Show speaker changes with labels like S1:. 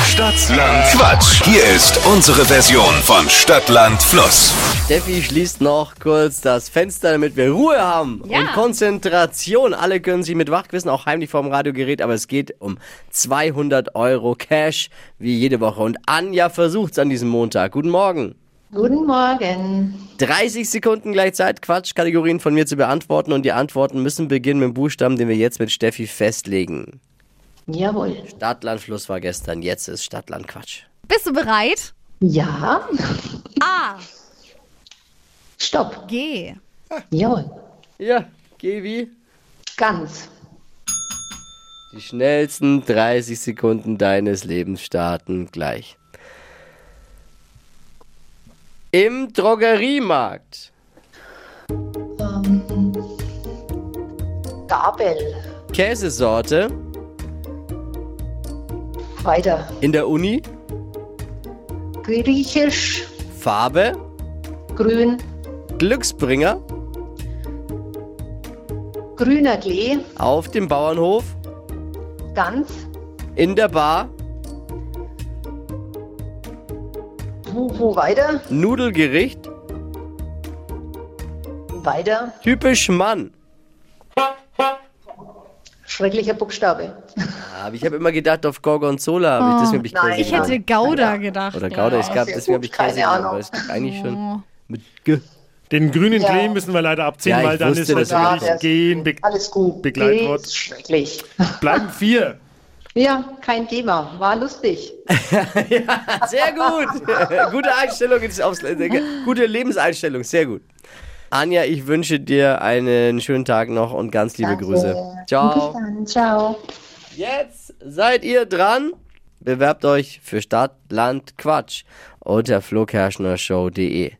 S1: Stadtland Quatsch. Hier ist unsere Version von Stadtland Fluss.
S2: Steffi schließt noch kurz das Fenster, damit wir Ruhe haben
S3: Ja.
S2: und Konzentration. Alle können sie mit Wachquissen, auch heimlich vorm Radiogerät, aber es geht um 200 Euro Cash, wie jede Woche. Und Anja versucht's an diesem Montag. Guten Morgen.
S3: Guten Morgen.
S2: 30 Sekunden gleich Zeit, Quatschkategorien von mir zu beantworten und die Antworten müssen beginnen mit dem Buchstaben, den wir jetzt mit Steffi festlegen.
S3: Jawohl.
S2: Stadtlandfluss war gestern, jetzt ist Stadtland Quatsch.
S4: Bist du bereit?
S3: Ja.
S4: A.
S3: Stopp.
S4: G.
S3: Jawohl.
S2: Ja, geh wie?
S3: Ganz.
S2: Die schnellsten 30 Sekunden deines Lebens starten gleich. Im Drogeriemarkt.
S3: Ähm, Gabel.
S2: Käsesorte.
S3: Weiter.
S2: In der Uni.
S3: Griechisch.
S2: Farbe.
S3: Grün.
S2: Glücksbringer.
S3: Grüner Klee.
S2: Auf dem Bauernhof.
S3: Ganz.
S2: In der Bar.
S3: Wuhu. Weiter.
S2: Nudelgericht.
S3: Weiter.
S2: Typisch Mann.
S3: Schrecklicher Buchstabe.
S2: Aber Ah, ich habe immer gedacht auf Gorgonzola. hab ich- deswegen hab ich
S3: Oh, nein.
S2: Käse
S3: Ich
S4: Ich hätte
S2: genommen.
S4: Gauda gedacht.
S2: Oder Gouda, es gab,
S3: Sehr
S2: deswegen habe ich
S3: gut, keine
S2: Käse genommen.
S3: Ahnung.
S2: Aber es gibt eigentlich schon
S4: Oh.
S2: mit G.
S5: Den grünen
S3: Ja.
S5: Klee müssen wir leider abziehen,
S2: Ja, ich
S5: weil dann
S2: wusste,
S5: ist
S2: dass
S3: wir das-
S5: natürlich gehen. Be
S3: Alles gut.
S5: Begleitwort.
S3: G ist Schrecklich.
S5: bleiben vier.
S3: Ja, kein Thema. War lustig.
S2: Sehr gut. gute Einstellung ins aufs, äh, gute Lebenseinstellung, sehr gut. Anja, ich wünsche dir einen schönen Tag noch und ganz liebe
S3: Danke.
S2: Grüße.
S3: Bis
S2: Ciao.
S3: dann. Ciao.
S2: Jetzt seid ihr dran. Bewerbt euch für Stadt, Land, Quatsch unter flokerschnershow.de.